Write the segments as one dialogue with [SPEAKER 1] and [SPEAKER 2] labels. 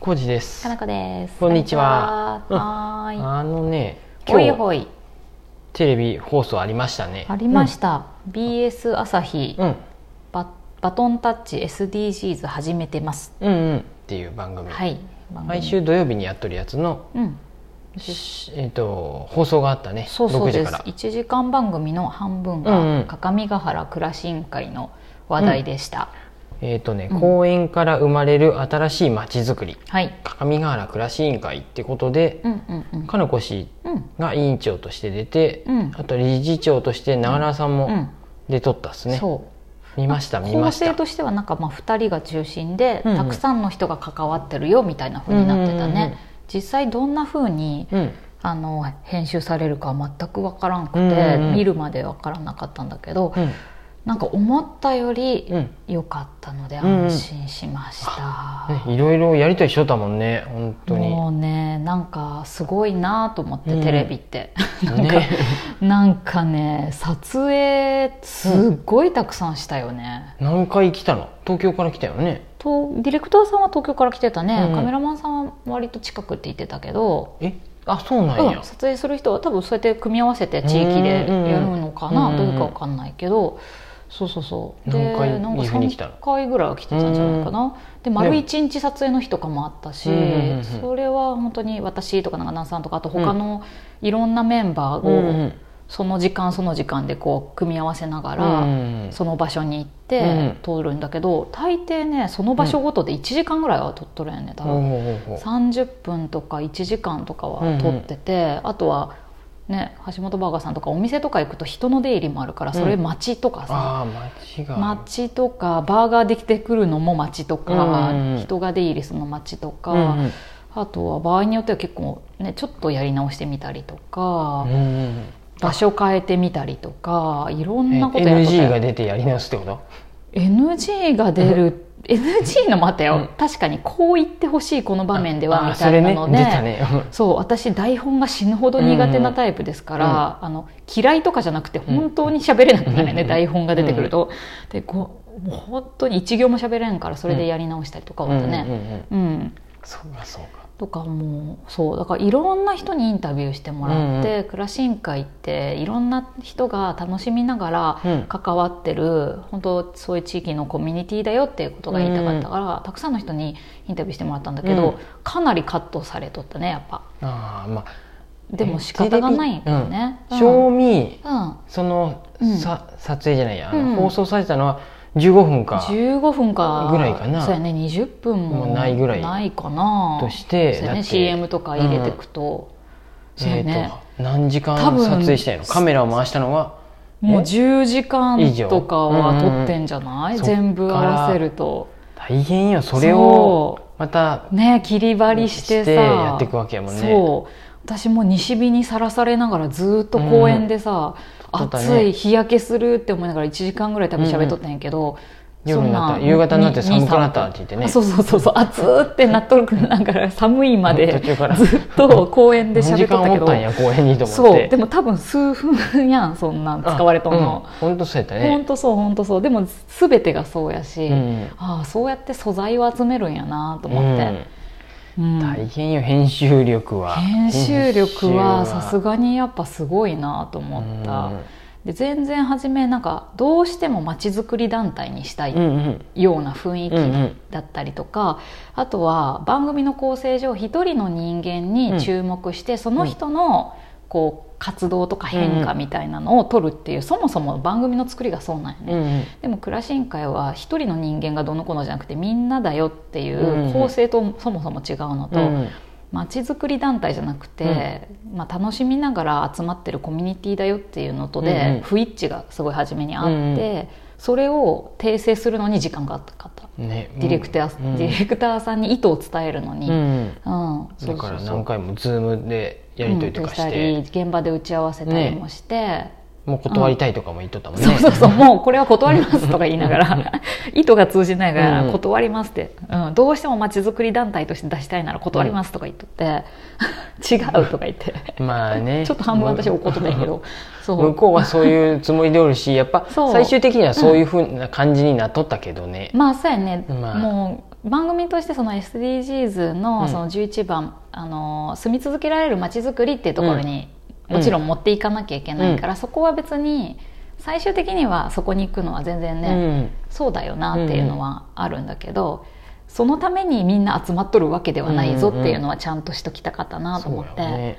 [SPEAKER 1] コージです。
[SPEAKER 2] かなこです。
[SPEAKER 1] こんにちは
[SPEAKER 2] こんにちははーい。
[SPEAKER 1] あのね、
[SPEAKER 2] おい
[SPEAKER 1] 今日
[SPEAKER 2] ほい。
[SPEAKER 1] テレビ放送ありましたね。
[SPEAKER 2] ありました。BS 朝日、
[SPEAKER 1] うん、
[SPEAKER 2] ババトンタッチ SDGs 始めてます。
[SPEAKER 1] うん、うんうんっていう番組。
[SPEAKER 2] はい。番組
[SPEAKER 1] 毎。週土曜日にやっとるやつの、
[SPEAKER 2] うん。
[SPEAKER 1] しえっ、と放送があったね。
[SPEAKER 2] そうそうで
[SPEAKER 1] 6時
[SPEAKER 2] す
[SPEAKER 1] か。ら。
[SPEAKER 2] 一時間番組の半分
[SPEAKER 1] うんうん
[SPEAKER 2] が各務原暮らし委員会の話題でした。
[SPEAKER 1] えっ、とね、
[SPEAKER 2] うん
[SPEAKER 1] 公園から生まれる新しい街づくり、
[SPEAKER 2] はい。
[SPEAKER 1] 各務原暮らし委員会ってことで、
[SPEAKER 2] うんうんうん。
[SPEAKER 1] かのこ氏
[SPEAKER 2] うん。
[SPEAKER 1] が委員長として出て、
[SPEAKER 2] うん
[SPEAKER 1] あと理事長として長良さん
[SPEAKER 2] う
[SPEAKER 1] も
[SPEAKER 2] ん。
[SPEAKER 1] 出とったっすね。
[SPEAKER 2] そう。
[SPEAKER 1] 見ました見
[SPEAKER 2] 構
[SPEAKER 1] まし
[SPEAKER 2] 成
[SPEAKER 1] た。
[SPEAKER 2] としてはなんかまあ2人が中心で、
[SPEAKER 1] うんうん
[SPEAKER 2] たくさんの人が関わってるよみたいな風になってた
[SPEAKER 1] うんうんうんう
[SPEAKER 2] ね
[SPEAKER 1] ん、
[SPEAKER 2] 実際どんな風に
[SPEAKER 1] うん、
[SPEAKER 2] あの編集されるかは全く分からんくて、
[SPEAKER 1] うんうんうん
[SPEAKER 2] 見るまで分からなかったんだけど、
[SPEAKER 1] うん、
[SPEAKER 2] なんか思ったより
[SPEAKER 1] うん。
[SPEAKER 2] 良かったので
[SPEAKER 1] うんうん
[SPEAKER 2] 安心しました、
[SPEAKER 1] ね、いろいろやりとりしとったもんね本当に
[SPEAKER 2] もうねなんかすごいなと思って、
[SPEAKER 1] うん
[SPEAKER 2] テレビって。 なんか
[SPEAKER 1] ね
[SPEAKER 2] なんかね撮影すっごいたくさんしたよね、
[SPEAKER 1] 何回来たの東京から来たよね
[SPEAKER 2] とディレクターさんは東京から来てたね、
[SPEAKER 1] うん
[SPEAKER 2] カメラマンさんは割と近くって言ってたけど、
[SPEAKER 1] えあそうなん
[SPEAKER 2] う
[SPEAKER 1] や
[SPEAKER 2] ん、撮影する人は多分そうやって組み合わせて地域でやるのかな、
[SPEAKER 1] うんうん
[SPEAKER 2] どういうかわかんないけど、そうそうそう
[SPEAKER 1] 何回
[SPEAKER 2] なんか
[SPEAKER 1] 岐阜に来たの
[SPEAKER 2] 3回ぐらいは来てたんじゃないかな、で丸1日撮影の日とかもあったし、
[SPEAKER 1] うんうんうん
[SPEAKER 2] それは本当に私とか長南さんとかあと他のいろんなメンバーをその時間その時間でこう組み合わせながら。
[SPEAKER 1] うん
[SPEAKER 2] その場所に行
[SPEAKER 1] う
[SPEAKER 2] っ
[SPEAKER 1] ん
[SPEAKER 2] て通るんだけど、大抵ねその場所ごとで1時間ぐらいは撮っとるんやね多分、
[SPEAKER 1] おうおうおう
[SPEAKER 2] 30分とか1時間とかは撮ってて、あとはね橋本バーガーさんとかお店とか行くと人の出入りもあるからそれ街とかさ、
[SPEAKER 1] ああ街が
[SPEAKER 2] 街とかバーガーできてくるのも街とか、
[SPEAKER 1] うん
[SPEAKER 2] 人が出入りするの街とか、
[SPEAKER 1] うんうん
[SPEAKER 2] あとは場合によっては結構ねちょっとやり直してみたりとか、
[SPEAKER 1] うんうん
[SPEAKER 2] 場所変えてみたりとかいろん
[SPEAKER 1] え
[SPEAKER 2] なことやっとったよ
[SPEAKER 1] NG が出てやり直すってこと
[SPEAKER 2] NG が出る NG の待てよ、
[SPEAKER 1] うん
[SPEAKER 2] 確かにこう言ってほしいこの場面では
[SPEAKER 1] あ
[SPEAKER 2] みたい
[SPEAKER 1] あ
[SPEAKER 2] なの
[SPEAKER 1] それ
[SPEAKER 2] で
[SPEAKER 1] ね出たね
[SPEAKER 2] そう私台本が死ぬほど苦手なタイプですから、あの嫌いとかじゃなくて本当に喋れなくなるよね、
[SPEAKER 1] うん
[SPEAKER 2] 台本が出てくると。でこうもう本当に一行も喋れんからそれでやり直したりとかはあった
[SPEAKER 1] うんう
[SPEAKER 2] ね。
[SPEAKER 1] んうん
[SPEAKER 2] うん
[SPEAKER 1] そうかそうか
[SPEAKER 2] とかもうそうだからいろんな人にインタビューしてもらって、クラシン会っていろんな人が楽しみながら
[SPEAKER 1] うん
[SPEAKER 2] 関わってる、本当そういう地域のコミュニティだよっていうことが言いたかったから、たくさんの人にインタビューしてもらったんだけど、
[SPEAKER 1] うん
[SPEAKER 2] かなりカットされとったねやっぱ
[SPEAKER 1] ああま
[SPEAKER 2] でも仕方がないよね
[SPEAKER 1] あ賞味
[SPEAKER 2] うんうん
[SPEAKER 1] その
[SPEAKER 2] うん
[SPEAKER 1] さ撮影じゃないやあ
[SPEAKER 2] うん
[SPEAKER 1] の放送されたのは15分か
[SPEAKER 2] 15分か
[SPEAKER 1] ぐらいかな
[SPEAKER 2] そうやね20分も
[SPEAKER 1] もうないぐらい
[SPEAKER 2] ないかな
[SPEAKER 1] として
[SPEAKER 2] そうや
[SPEAKER 1] だ
[SPEAKER 2] ね
[SPEAKER 1] って
[SPEAKER 2] CM とか入れてくと、そうや
[SPEAKER 1] え
[SPEAKER 2] ね、
[SPEAKER 1] ーと何時間
[SPEAKER 2] 多分
[SPEAKER 1] 撮影したんやろカメラを回したのは
[SPEAKER 2] もう
[SPEAKER 1] え
[SPEAKER 2] 10時間
[SPEAKER 1] 以上
[SPEAKER 2] とかは撮ってんじゃない、
[SPEAKER 1] うんうん
[SPEAKER 2] 全部合わせると
[SPEAKER 1] 大変よそれをまた
[SPEAKER 2] そうね切り張りしてさ
[SPEAKER 1] やっていくわけやもんね
[SPEAKER 2] そう私も西日にさらされながらずっと公園でさ、
[SPEAKER 1] うん撮っとったね
[SPEAKER 2] 暑い日焼けするって思いながら1時間ぐらい多分喋っとったんやけど、
[SPEAKER 1] 夜になった
[SPEAKER 2] そん
[SPEAKER 1] 夕方になって
[SPEAKER 2] に
[SPEAKER 1] 寒くなったって言ってね
[SPEAKER 2] あそうそうそうそう暑ってなっとるくなが ら寒いまで
[SPEAKER 1] 途中から
[SPEAKER 2] ずっと公園で喋っとった
[SPEAKER 1] 何
[SPEAKER 2] け
[SPEAKER 1] 時間お
[SPEAKER 2] ど
[SPEAKER 1] ったんや公園にと思って
[SPEAKER 2] そうでも多分数分やんそんなん使われとんの、
[SPEAKER 1] 本当そうやった
[SPEAKER 2] ほん
[SPEAKER 1] ね
[SPEAKER 2] とそうほんとそうでも全てがそうやし、
[SPEAKER 1] うん
[SPEAKER 2] ああそうやって素材を集めるんやなと思って、う
[SPEAKER 1] う
[SPEAKER 2] ん
[SPEAKER 1] ん大変よ編集力は
[SPEAKER 2] 編集力はさす
[SPEAKER 1] が
[SPEAKER 2] がにやっぱすごいなと思った、で全然初めなんかどうしてもまちづくり団体にしたい
[SPEAKER 1] うんうん
[SPEAKER 2] ような雰囲
[SPEAKER 1] うんう
[SPEAKER 2] 気
[SPEAKER 1] ん
[SPEAKER 2] だったりとか、あとは番組の構成上一人の人間に注目して、その人のこう活動とか変化みたいなのを撮るっていう、そもそも番組の作りがそうなんよね。
[SPEAKER 1] うんうん
[SPEAKER 2] でも倉新会は一人の人間がどうのこうのじゃなくてみんなだよってい
[SPEAKER 1] うんう
[SPEAKER 2] うん構成とそもそも違うの
[SPEAKER 1] う
[SPEAKER 2] と
[SPEAKER 1] ん
[SPEAKER 2] まち、づくり団体じゃなくて、まあ、楽しみながら集まってるコミュニティだよっていうのとで、
[SPEAKER 1] うんうん
[SPEAKER 2] 不一致がすごい初めにあって、
[SPEAKER 1] うん
[SPEAKER 2] それを訂正するのに時間がかった
[SPEAKER 1] ね
[SPEAKER 2] ディレクター、
[SPEAKER 1] うん
[SPEAKER 2] ディレクターさんに意図を伝えるのに。
[SPEAKER 1] う
[SPEAKER 2] うん
[SPEAKER 1] ん
[SPEAKER 2] そうそ
[SPEAKER 1] だ
[SPEAKER 2] うそう
[SPEAKER 1] から何回もズームでやりとりとかし
[SPEAKER 2] うん
[SPEAKER 1] て
[SPEAKER 2] たり現場で打ち合わせたりもして、
[SPEAKER 1] もう断りたいとかも言っとったもんね
[SPEAKER 2] そうそうそう、もうこれは断りますとか言いながら、 意図が通じないか
[SPEAKER 1] う
[SPEAKER 2] ら
[SPEAKER 1] ん
[SPEAKER 2] 断りますって、うん、どうしてもまちづくり団体として出したいなら断りますとか言っとって、 違うとか言って、
[SPEAKER 1] まあね
[SPEAKER 2] ちょっと半分私怒ってたんやけど、そ
[SPEAKER 1] 向
[SPEAKER 2] う。
[SPEAKER 1] こうはそういうつもりでおるしやっぱ
[SPEAKER 2] そう
[SPEAKER 1] 最終的にはそういうふうな感じになっとったけどね、
[SPEAKER 2] まあそうやね、
[SPEAKER 1] まあ
[SPEAKER 2] もう番組としてその SDGs の
[SPEAKER 1] うん
[SPEAKER 2] その11番、あの住み続けられる街づくりっていうところにもちろん持っていかなきゃいけないから、そこは別に最終的にはそこに行くのは全然ね、そうだよなっていうのはあるんだけど、そのためにみんな集まっとるわけではないぞっていうのはちゃんとしときたかった
[SPEAKER 1] う、
[SPEAKER 2] なんと
[SPEAKER 1] そう
[SPEAKER 2] 思
[SPEAKER 1] や
[SPEAKER 2] って。
[SPEAKER 1] ろね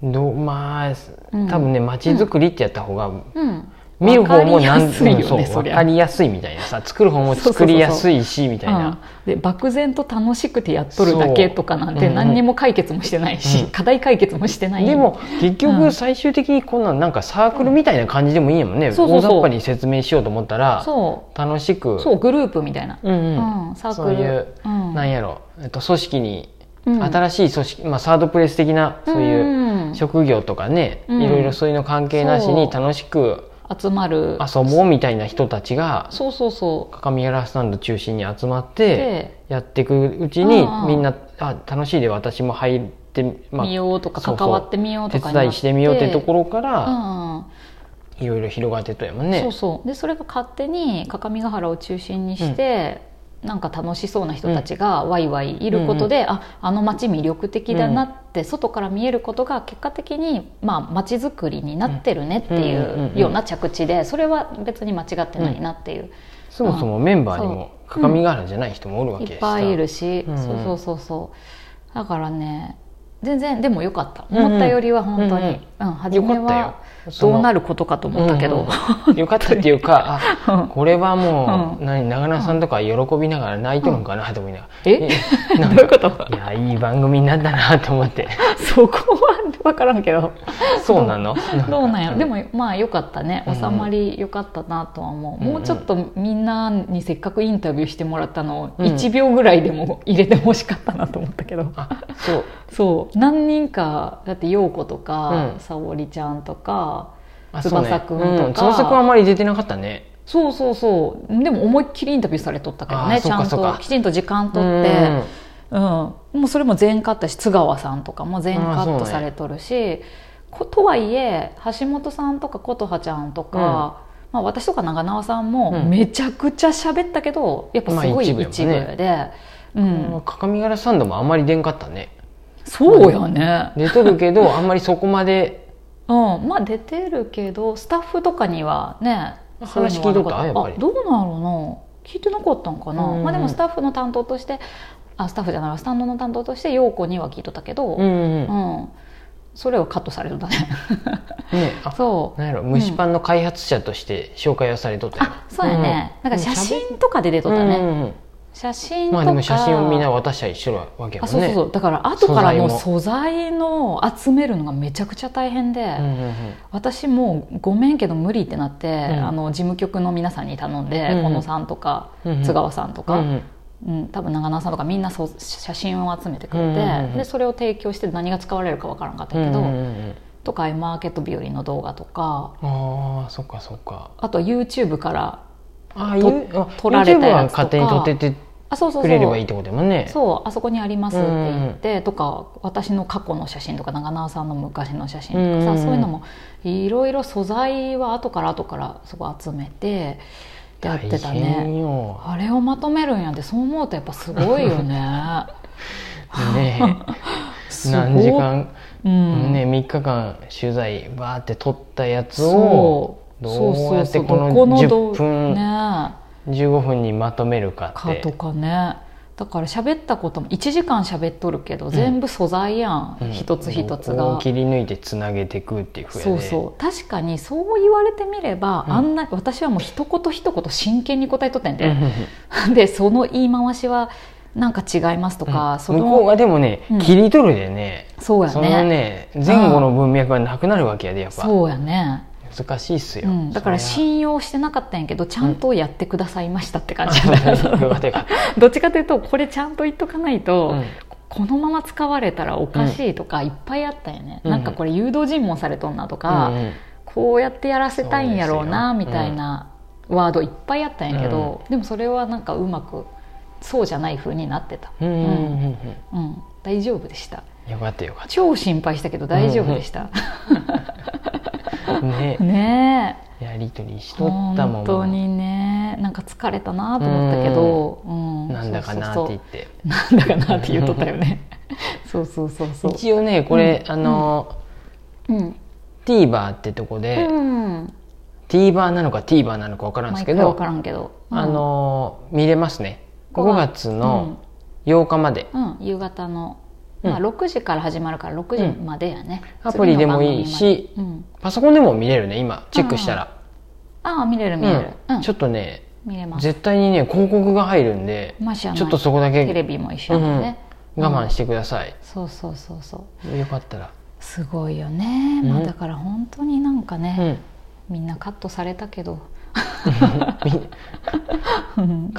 [SPEAKER 2] うん
[SPEAKER 1] どうまあ
[SPEAKER 2] うん
[SPEAKER 1] 多分ね街づくりってやった方が、
[SPEAKER 2] うん、
[SPEAKER 1] 見る方も
[SPEAKER 2] わかりやすい
[SPEAKER 1] うんそ
[SPEAKER 2] よ
[SPEAKER 1] う
[SPEAKER 2] ねそ
[SPEAKER 1] 分
[SPEAKER 2] りゃ
[SPEAKER 1] かりやすいみたいなさ作る方も作りやすいしみたいな
[SPEAKER 2] うんで漠然と楽しくてやっとるだけとかなんて
[SPEAKER 1] そう
[SPEAKER 2] 何にも解決もしてないし、
[SPEAKER 1] うん
[SPEAKER 2] 課題解決もしてない
[SPEAKER 1] でも結
[SPEAKER 2] うん
[SPEAKER 1] 局最終的にこんなんなんかサークルみたいな感じでもいいんやもんね、
[SPEAKER 2] そうそうそう
[SPEAKER 1] 大雑把に説明しようと思ったら
[SPEAKER 2] そ
[SPEAKER 1] 楽しく
[SPEAKER 2] うそうグループみたいな、
[SPEAKER 1] うん
[SPEAKER 2] う
[SPEAKER 1] うん
[SPEAKER 2] んサークル
[SPEAKER 1] そういう
[SPEAKER 2] うん
[SPEAKER 1] なんやろ、えっと、組織に、
[SPEAKER 2] うん
[SPEAKER 1] 新しい組織、まあ、サードプレス的なそういう
[SPEAKER 2] うん
[SPEAKER 1] 職業とかね、
[SPEAKER 2] うん
[SPEAKER 1] いろいろそういうの関係なしに楽しく
[SPEAKER 2] 集まる
[SPEAKER 1] 遊ぼうみたいな人たちが
[SPEAKER 2] そうそうそう
[SPEAKER 1] 各務原スタンド中心に集まって
[SPEAKER 2] で
[SPEAKER 1] やっていくうちに
[SPEAKER 2] うんうん
[SPEAKER 1] みんなあ楽しいで私も入って、ま
[SPEAKER 2] 見ようとか
[SPEAKER 1] そうそう
[SPEAKER 2] 関わってみよ
[SPEAKER 1] あ、
[SPEAKER 2] う
[SPEAKER 1] 手
[SPEAKER 2] とかにな
[SPEAKER 1] 伝いしてみようってとこ
[SPEAKER 2] ろ
[SPEAKER 1] ろから
[SPEAKER 2] うん
[SPEAKER 1] いろいろ広がってったやもん
[SPEAKER 2] そう
[SPEAKER 1] ね。
[SPEAKER 2] そうでそれが勝手に各務原を中心にして、なんか楽しそうな人たちがワイワイいることで、ああの街魅力的だなって外から見えることが結果的に、まあ、街づくりになってるねってい
[SPEAKER 1] うんうんうんう
[SPEAKER 2] うんような着地でそれは別に間違ってないなっていう、
[SPEAKER 1] そもそもメンバーにも
[SPEAKER 2] そう
[SPEAKER 1] 各務原じゃない人もおるわけ
[SPEAKER 2] い
[SPEAKER 1] や
[SPEAKER 2] っ
[SPEAKER 1] しさ
[SPEAKER 2] ぱいいるし、
[SPEAKER 1] うんうん
[SPEAKER 2] そうそうそうそうだからね全然でもよかった思ったよりは本当に、うん初
[SPEAKER 1] よ
[SPEAKER 2] め
[SPEAKER 1] かったよ
[SPEAKER 2] は。
[SPEAKER 1] そ
[SPEAKER 2] ど
[SPEAKER 1] の
[SPEAKER 2] うなることかと思ったけ ど、
[SPEAKER 1] うんうんよかったっていうかあこれはもう、
[SPEAKER 2] う
[SPEAKER 1] 何長菜さんとか喜びながら泣いてるのかなと思いながら、
[SPEAKER 2] え
[SPEAKER 1] なんか
[SPEAKER 2] どういうこと
[SPEAKER 1] いやいい番組になったなと思って
[SPEAKER 2] そこは分からんけど
[SPEAKER 1] そうなの
[SPEAKER 2] どうなんやろで
[SPEAKER 1] も
[SPEAKER 2] もまあ良かったね
[SPEAKER 1] うん
[SPEAKER 2] 収まり良かったなとは思う、
[SPEAKER 1] うんうん
[SPEAKER 2] もうちょっとみんなにせっかくインタビューしてもらったのを
[SPEAKER 1] うん
[SPEAKER 2] 1秒ぐらいでも入れてほしかったなと思ったけど、
[SPEAKER 1] あそう
[SPEAKER 2] そう何人かだって陽子とか、
[SPEAKER 1] うん
[SPEAKER 2] 沙織ちゃんとか
[SPEAKER 1] あそうね
[SPEAKER 2] 翼くんとか
[SPEAKER 1] うん、翼くんあんまり出てなかったね
[SPEAKER 2] そうそうそうでも思いっきりインタビューされとったけど
[SPEAKER 1] あ
[SPEAKER 2] ね
[SPEAKER 1] ー
[SPEAKER 2] ち
[SPEAKER 1] そう
[SPEAKER 2] ゃ
[SPEAKER 1] か
[SPEAKER 2] ん
[SPEAKER 1] そうか
[SPEAKER 2] ときちんと時間取
[SPEAKER 1] う
[SPEAKER 2] っ
[SPEAKER 1] ん
[SPEAKER 2] て。うん、もうそれも全カットし津川さんとかも全カ
[SPEAKER 1] あーそう
[SPEAKER 2] ッ
[SPEAKER 1] なん
[SPEAKER 2] ト
[SPEAKER 1] や
[SPEAKER 2] されとるしことはいえ橋本さんとか琴葉ちゃんとか、
[SPEAKER 1] うん
[SPEAKER 2] まあ、私とか長縄さんも
[SPEAKER 1] うん
[SPEAKER 2] めちゃくちゃ喋ったけどやっぱすごい
[SPEAKER 1] まあ
[SPEAKER 2] 一
[SPEAKER 1] 一
[SPEAKER 2] 部
[SPEAKER 1] 部
[SPEAKER 2] で、
[SPEAKER 1] やもんね
[SPEAKER 2] うん、
[SPEAKER 1] 各務原サンドもあんまり出んかったね
[SPEAKER 2] そうやね、
[SPEAKER 1] 出とるけ どあんまりそこまで
[SPEAKER 2] うん、まあ出てるけどスタッフとかにはね
[SPEAKER 1] 話
[SPEAKER 2] そう
[SPEAKER 1] 聞いと
[SPEAKER 2] うのはなか
[SPEAKER 1] ったやっぱり
[SPEAKER 2] あどうなの聞いてなかったんかな、
[SPEAKER 1] うん
[SPEAKER 2] まあ、でもスタッフの担当としてあスタッフじゃないわスタンドの担当として陽子には聞いとったけど、
[SPEAKER 1] うんうん
[SPEAKER 2] うん、それをカットされるんだね
[SPEAKER 1] ねあ
[SPEAKER 2] そう
[SPEAKER 1] なんやろ蒸しパンの開発者として紹介をされとったよ
[SPEAKER 2] あそうやね、
[SPEAKER 1] うん
[SPEAKER 2] なんか写真とかで出とったね、
[SPEAKER 1] うんうんうん
[SPEAKER 2] 写真と
[SPEAKER 1] ま
[SPEAKER 2] か
[SPEAKER 1] あでも写真をみんな渡したりしてるわけやも
[SPEAKER 2] あそ
[SPEAKER 1] ん
[SPEAKER 2] うそう
[SPEAKER 1] ね
[SPEAKER 2] そうだから後からの素
[SPEAKER 1] 素
[SPEAKER 2] 材の集めるのがめちゃくちゃ大変
[SPEAKER 1] う
[SPEAKER 2] で、
[SPEAKER 1] んうんうん
[SPEAKER 2] 私もうごめんけど無理ってなって、
[SPEAKER 1] ん
[SPEAKER 2] あの事務局の皆さんに頼んで、
[SPEAKER 1] うんうん
[SPEAKER 2] 小野さんとか、
[SPEAKER 1] うんうん
[SPEAKER 2] 津川さんとか、う
[SPEAKER 1] うんん
[SPEAKER 2] 多分長野さんとかみんなそう写真を集めてくれて、
[SPEAKER 1] うんうんうん
[SPEAKER 2] でそれを提供して何が使われるかわからんかった
[SPEAKER 1] うん
[SPEAKER 2] けど、
[SPEAKER 1] うんうんうん
[SPEAKER 2] とかマーケット日和の動画とか
[SPEAKER 1] ああそっかそっか
[SPEAKER 2] あとは YouTube から
[SPEAKER 1] ああ
[SPEAKER 2] と撮られたやつとか
[SPEAKER 1] 勝手に撮ってて
[SPEAKER 2] あそうそう
[SPEAKER 1] く
[SPEAKER 2] そ
[SPEAKER 1] れればいいうってことやもんね
[SPEAKER 2] そうあそこにありますって言ってとか私の過去の写真とか長澤さんの昔の写真と
[SPEAKER 1] うん
[SPEAKER 2] か
[SPEAKER 1] うんう
[SPEAKER 2] さ
[SPEAKER 1] ん
[SPEAKER 2] そういうのもいろいろ素材は後から後からすごい集めてやってた
[SPEAKER 1] 大変
[SPEAKER 2] ね
[SPEAKER 1] よ
[SPEAKER 2] あれをまとめるんやってそう思うとやっぱすごいよね
[SPEAKER 1] ね
[SPEAKER 2] す
[SPEAKER 1] え
[SPEAKER 2] ごい
[SPEAKER 1] 何時間
[SPEAKER 2] うん
[SPEAKER 1] ね3日間取材バーって撮ったやつ
[SPEAKER 2] そ
[SPEAKER 1] を
[SPEAKER 2] う
[SPEAKER 1] どうやって
[SPEAKER 2] そうそうそう
[SPEAKER 1] この
[SPEAKER 2] どこのど
[SPEAKER 1] 10分
[SPEAKER 2] ね
[SPEAKER 1] 15分にまとめるかっ
[SPEAKER 2] かと
[SPEAKER 1] て
[SPEAKER 2] かねだから喋ったことも1時間喋っとるけど、
[SPEAKER 1] ん
[SPEAKER 2] 全部素材やん、
[SPEAKER 1] うん
[SPEAKER 2] 一つ一つ
[SPEAKER 1] こ
[SPEAKER 2] が
[SPEAKER 1] う。切り抜いてつなげていくっていうふうやで
[SPEAKER 2] そうそう確かにそう言われてみれば、
[SPEAKER 1] うん
[SPEAKER 2] あんな私はもう一言一言真剣に答えとったん
[SPEAKER 1] うん
[SPEAKER 2] で、 でその言い回しはなんか違いますとか、そ
[SPEAKER 1] 向こう
[SPEAKER 2] の
[SPEAKER 1] がでもね
[SPEAKER 2] うん
[SPEAKER 1] 切り取るでね
[SPEAKER 2] そうや
[SPEAKER 1] そ
[SPEAKER 2] ね
[SPEAKER 1] のね前後の文脈がなくなるわけやでやっぱ
[SPEAKER 2] そうやね、
[SPEAKER 1] 難しいっすよ、
[SPEAKER 2] うん、だから
[SPEAKER 1] そり
[SPEAKER 2] 信用してなかったんやけどちゃんとやってくださいましたって感
[SPEAKER 1] ゃ
[SPEAKER 2] じだった、
[SPEAKER 1] あよかったよかっ
[SPEAKER 2] どっちかというとこれちゃんと言っとかないと、
[SPEAKER 1] うん
[SPEAKER 2] このまま使われたらおかしいとかいっぱいあったよね、
[SPEAKER 1] うん
[SPEAKER 2] なんかこれ誘導尋問されとんなと
[SPEAKER 1] た
[SPEAKER 2] か、
[SPEAKER 1] うんうん
[SPEAKER 2] こうやってやらせたいんやろうな
[SPEAKER 1] そう
[SPEAKER 2] み
[SPEAKER 1] ですよ
[SPEAKER 2] たいなワードいっぱいあったんやけど、でもそれはなんかうまくそうじゃない風になってた、
[SPEAKER 1] うんうんうんうん
[SPEAKER 2] うん、大丈夫でした
[SPEAKER 1] うんよかったよかっ
[SPEAKER 2] 超心配したけど大丈夫でした、
[SPEAKER 1] たね
[SPEAKER 2] ねえ
[SPEAKER 1] やりとりしとったもん
[SPEAKER 2] 本当にねなんか疲れたなと思ったけど、うん
[SPEAKER 1] なんだかなって言って
[SPEAKER 2] そうそうそうなんだかなって言っとった よねそうそうそうそう
[SPEAKER 1] 一応ねこれ、あの、
[SPEAKER 2] うん、
[SPEAKER 1] TVer ってとこで、
[SPEAKER 2] うん、
[SPEAKER 1] TVer なのか TVer なのか分からんです
[SPEAKER 2] 毎
[SPEAKER 1] け
[SPEAKER 2] 回
[SPEAKER 1] ど、
[SPEAKER 2] 分からんけど、うん
[SPEAKER 1] あの見れますね
[SPEAKER 2] 5
[SPEAKER 1] 5
[SPEAKER 2] 月
[SPEAKER 1] 月の8日まで、
[SPEAKER 2] うん、夕方の、
[SPEAKER 1] うん
[SPEAKER 2] まあ、6時から始まるから6時までやね、
[SPEAKER 1] うんアプリでもいいし
[SPEAKER 2] 次の番組まで、うん
[SPEAKER 1] パソコンでも見れるね今チェックしたら、
[SPEAKER 2] ああ見れる見れる、
[SPEAKER 1] う
[SPEAKER 2] うんん
[SPEAKER 1] ちょっとね
[SPEAKER 2] 見れます
[SPEAKER 1] 絶対にね広告が入るんで
[SPEAKER 2] まあ知らない
[SPEAKER 1] ちょっとそこだけ
[SPEAKER 2] テレビも一緒なんでね、
[SPEAKER 1] うん我慢してください、
[SPEAKER 2] そうそうそうそう
[SPEAKER 1] よかったら、
[SPEAKER 2] すごいよね、
[SPEAKER 1] うん
[SPEAKER 2] まあ、だから本当になんか
[SPEAKER 1] う
[SPEAKER 2] ね、
[SPEAKER 1] ん、
[SPEAKER 2] みんなカットされたけど
[SPEAKER 1] カ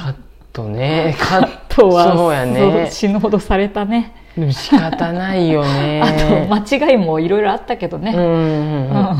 [SPEAKER 1] ットねカッ
[SPEAKER 2] とは
[SPEAKER 1] そうやね
[SPEAKER 2] そう死ぬほどされたね、
[SPEAKER 1] でも仕方ないよね
[SPEAKER 2] あと間違いもいろいろあったけどね、
[SPEAKER 1] うんうんうん、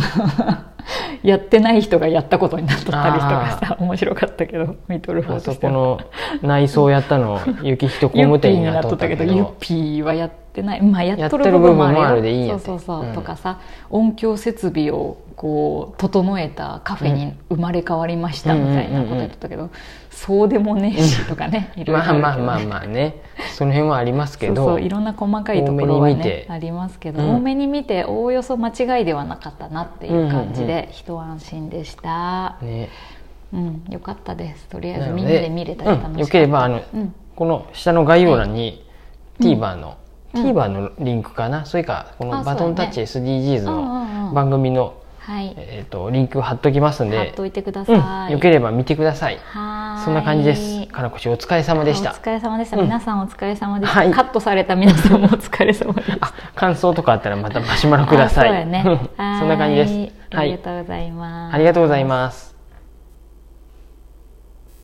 [SPEAKER 2] やってない人がやったことになっとったりとかさ面白かったけど見とる方
[SPEAKER 1] あ
[SPEAKER 2] と
[SPEAKER 1] そ
[SPEAKER 2] し
[SPEAKER 1] こ
[SPEAKER 2] ては
[SPEAKER 1] の内装やったの雪人工
[SPEAKER 2] ユ
[SPEAKER 1] 務
[SPEAKER 2] ッピ
[SPEAKER 1] 店
[SPEAKER 2] ーに
[SPEAKER 1] にな
[SPEAKER 2] な
[SPEAKER 1] っ
[SPEAKER 2] っ
[SPEAKER 1] と
[SPEAKER 2] と
[SPEAKER 1] っ
[SPEAKER 2] った
[SPEAKER 1] た
[SPEAKER 2] け
[SPEAKER 1] け
[SPEAKER 2] ど
[SPEAKER 1] ど
[SPEAKER 2] ユッピーはやってないまあやっとる
[SPEAKER 1] やって
[SPEAKER 2] 部
[SPEAKER 1] る部分
[SPEAKER 2] 分もあるよ
[SPEAKER 1] もあるでいいんや
[SPEAKER 2] そう
[SPEAKER 1] て
[SPEAKER 2] そうそう、
[SPEAKER 1] うん
[SPEAKER 2] とかさ音響設備をこう整えたカフェに生まれ変わりましたみたいなこと言っとったけど、そうでもねえしとかねいろいろ
[SPEAKER 1] まあ
[SPEAKER 2] るけどね
[SPEAKER 1] まあまあまあねその辺はありますけど
[SPEAKER 2] そうそういろんな細かいところ
[SPEAKER 1] 多
[SPEAKER 2] は
[SPEAKER 1] めに見
[SPEAKER 2] ね
[SPEAKER 1] て
[SPEAKER 2] ありますけど、
[SPEAKER 1] うん
[SPEAKER 2] 多めに見ておおよそ間違いではなかったなっていう感じ
[SPEAKER 1] うんうん
[SPEAKER 2] で一安心でした、
[SPEAKER 1] ね
[SPEAKER 2] うん、よかったですとりあえず
[SPEAKER 1] なの
[SPEAKER 2] みんなで見れたり楽し
[SPEAKER 1] う
[SPEAKER 2] かっ
[SPEAKER 1] ん
[SPEAKER 2] た、
[SPEAKER 1] よければあの、
[SPEAKER 2] うん
[SPEAKER 1] この下の概要欄に TVer の、
[SPEAKER 2] うん
[SPEAKER 1] TVer のリンクかな、それかこの
[SPEAKER 2] あ
[SPEAKER 1] バトンタッチ SDGs
[SPEAKER 2] うんうんう
[SPEAKER 1] の
[SPEAKER 2] ん
[SPEAKER 1] 番組の、
[SPEAKER 2] はい
[SPEAKER 1] えー、とリンク貼っときますん
[SPEAKER 2] 貼
[SPEAKER 1] で
[SPEAKER 2] っといてくだ
[SPEAKER 1] う
[SPEAKER 2] さ
[SPEAKER 1] ん、
[SPEAKER 2] い、
[SPEAKER 1] よければ見てください
[SPEAKER 2] はーい
[SPEAKER 1] そんな感じですかなこちお疲れ様でし
[SPEAKER 2] お
[SPEAKER 1] た
[SPEAKER 2] 疲れ様でした、
[SPEAKER 1] うん
[SPEAKER 2] 皆さんお疲れ様でした、
[SPEAKER 1] はい
[SPEAKER 2] カットされた皆さんもお疲れ様でした
[SPEAKER 1] あ感想とかあったらまたマシュマロください
[SPEAKER 2] あそうやね
[SPEAKER 1] そんな感じです
[SPEAKER 2] はーいありがとうございます、
[SPEAKER 1] ありがとうございます